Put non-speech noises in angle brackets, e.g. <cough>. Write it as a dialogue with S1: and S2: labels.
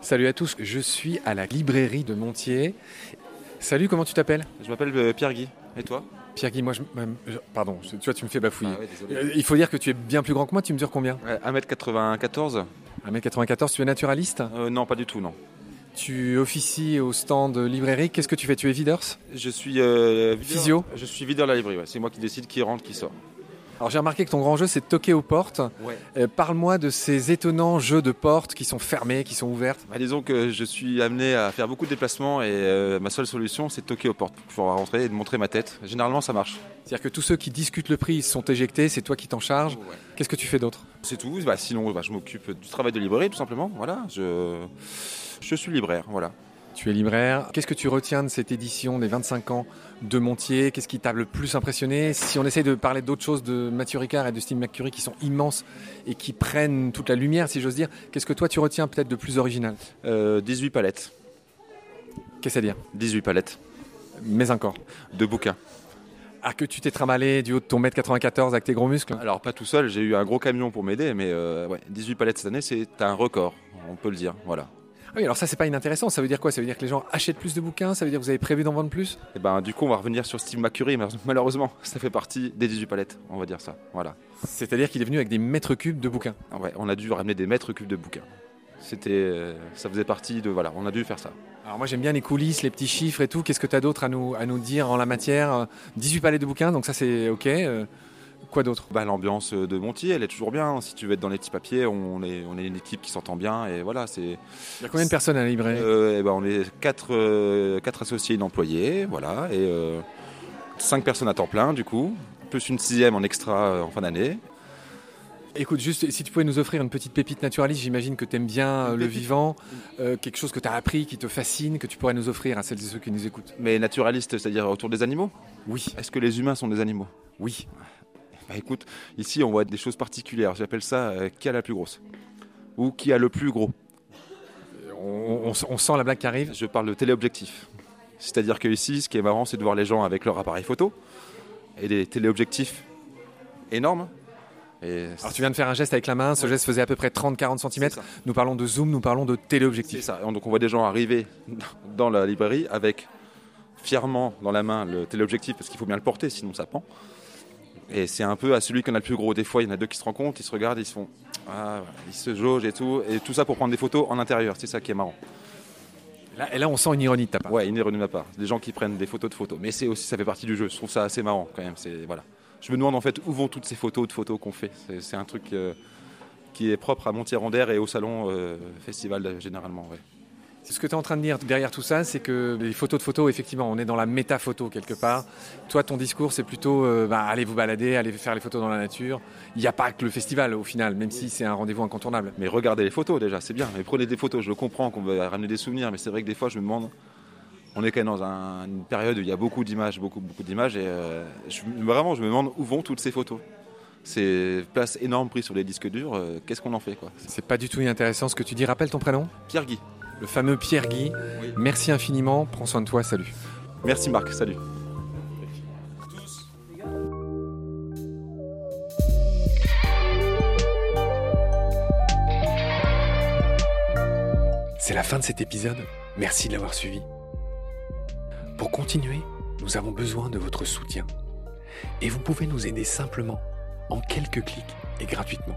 S1: Salut à tous, je suis à la librairie de Montier. Salut, comment tu t'appelles
S2: Je m'appelle euh, Pierre Guy. Et toi
S1: Pierre Guy, moi je, même- je- Pardon, je- tu vois, tu me fais bafouiller.
S2: Ah ouais, désolé.
S1: Euh, Il faut dire que tu es bien plus grand que moi, tu mesures combien
S2: Ouais, 1m94
S1: 1m94, tu es naturaliste
S2: Euh, Non, pas du tout, non.
S1: Tu officies au stand librairie, qu'est-ce que tu fais Tu es videur
S2: Je suis euh, videur-
S1: Physio
S2: Je suis videur de la librairie, ouais. c'est moi qui décide qui rentre, qui sort.
S1: Alors j'ai remarqué que ton grand jeu c'est de toquer aux portes.
S2: Ouais.
S1: Euh, Parle-moi de ces étonnants jeux de portes qui sont fermées, qui sont ouvertes.
S2: Bah, disons que je suis amené à faire beaucoup de déplacements et euh, ma seule solution c'est de toquer aux portes pour pouvoir rentrer et de montrer ma tête. Généralement ça marche.
S1: C'est-à-dire que tous ceux qui discutent le prix sont éjectés, c'est toi qui t'en
S2: Oh,
S1: charges. Qu'est-ce que tu fais d'autre
S2: C'est tout, Bah, sinon bah, je m'occupe du travail de librairie tout simplement, voilà. Je, je suis libraire, voilà.
S1: Tu es libraire. Qu'est-ce que tu retiens de cette édition des 25 ans de Montier Qu'est-ce qui t'a le plus impressionné Si on essaye de parler d'autres choses de Mathieu Ricard et de Steve McCurry qui sont immenses et qui prennent toute la lumière, si j'ose dire, qu'est-ce que toi tu retiens peut-être de plus original
S2: Euh, 18 palettes,
S1: Qu'est-ce à dire
S2: 18 palettes
S1: Mais encore.
S2: de bouquins.
S1: Ah, que tu t'es tramallé du haut de ton mètre 94 avec tes gros muscles
S2: Alors pas tout seul, j'ai eu un gros camion pour m'aider, mais euh, ouais, 18 palettes cette année, c'est un record, on peut le dire, voilà.
S1: Ah oui, alors ça c'est pas inintéressant. Ça veut dire quoi Ça veut dire que les gens achètent plus de bouquins Ça veut dire que vous avez prévu d'en vendre plus
S2: Et ben du coup, on va revenir sur Steve McCurry, mais malheureusement, <laughs> ça fait partie des 18 palettes, on va dire ça, voilà.
S1: C'est-à-dire qu'il est venu avec des mètres cubes de bouquins.
S2: Ah Ouais, on a dû ramener des mètres cubes de bouquins. C'était, euh, ça faisait partie de, voilà, on a dû faire ça.
S1: Alors moi j'aime bien les coulisses, les petits chiffres et tout. Qu'est-ce que tu as d'autre à nous, à nous dire en la matière Euh, 18 palais de bouquins, donc ça c'est ok. Euh, Quoi d'autre
S2: Bah, l'ambiance de Montier, elle est toujours bien, si tu veux être dans les petits papiers, on est, on est une équipe qui s'entend bien, et voilà, c'est...
S1: Il y a combien de personnes à la librairie
S2: Euh, eh ben, on est 4 euh, quatre associés une employée, voilà, et 5 personnes à temps plein du coup, plus une sixième en extra euh, en fin d'année.
S1: Écoute, juste si tu pouvais nous offrir une petite pépite naturaliste, j'imagine que tu aimes bien euh,
S2: Une
S1: le
S2: pépite
S1: vivant, euh, quelque chose que tu as appris, qui te fascine, que tu pourrais nous offrir à celles et ceux qui nous écoutent.
S2: Mais naturaliste, c'est-à-dire autour des animaux
S1: Oui,
S2: Est-ce que les humains sont des animaux
S1: oui.
S2: Bah écoute, ici on voit des choses particulières, j'appelle ça euh, qui a la plus grosse Ou qui a le plus gros
S1: On, on- on s- on sent la blague qui arrive.
S2: Je parle de téléobjectif. C'est-à-dire que ici, ce qui est marrant, c'est de voir les gens avec leur appareil photo et des téléobjectifs énormes. Et
S1: Alors tu viens de faire un geste avec la main, ce geste faisait à peu près 30-40 cm.
S2: C'est ça.
S1: Nous parlons de zoom, nous parlons de téléobjectif.
S2: C'est ça. Donc on voit des gens arriver <laughs> dans la librairie avec fièrement dans la main le téléobjectif parce qu'il faut bien le porter, sinon ça pend. Et c'est un peu à celui qui en a le plus gros. Des fois, il y en a deux qui se rencontrent, ils se regardent, ils se font. Ah, voilà. Ils se jaugent et tout. Et tout ça pour prendre des photos en intérieur. C'est ça qui est marrant.
S1: Là, et là on sent une ironie de ta part.
S2: Ouais, une erreur de ma part. Des gens qui prennent des photos de photos. Mais c'est aussi, ça fait partie du jeu. Je trouve ça assez marrant quand même. C'est, voilà. Je me demande en fait où vont toutes ces photos de photos qu'on fait. C'est, c'est un truc euh, qui est propre à Montier-Randaire et au salon euh, festival euh, généralement. ouais.
S1: Ce que tu es en train de dire derrière tout ça, c'est que les photos de photos, effectivement, on est dans la méta-photo quelque part. Toi, ton discours, c'est plutôt euh, bah, allez vous balader, allez faire les photos dans la nature. Il n'y a pas que le festival au final, même si c'est un rendez-vous incontournable.
S2: Mais regardez les photos déjà, c'est bien. Mais prenez des photos, je comprends qu'on veut ramener des souvenirs, mais c'est vrai que des fois je me demande. On est quand même dans un- une période où il y a beaucoup d'images, beaucoup, beaucoup d'images, et euh, je- vraiment je me demande où vont toutes ces photos. C'est place énorme prise sur les disques durs, euh, qu'est-ce qu'on en fait quoi
S1: C'est pas du tout intéressant ce que tu dis. Rappelle ton prénom,
S2: Pierre Guy,
S1: le fameux Pierre Guy.
S2: Oui.
S1: Merci infiniment, prends soin de toi, salut.
S2: merci Marc, salut.
S1: C'est la fin de cet épisode. Merci de l'avoir suivi. Pour continuer, nous avons besoin de votre soutien. Et vous pouvez nous aider simplement, en quelques clics et gratuitement.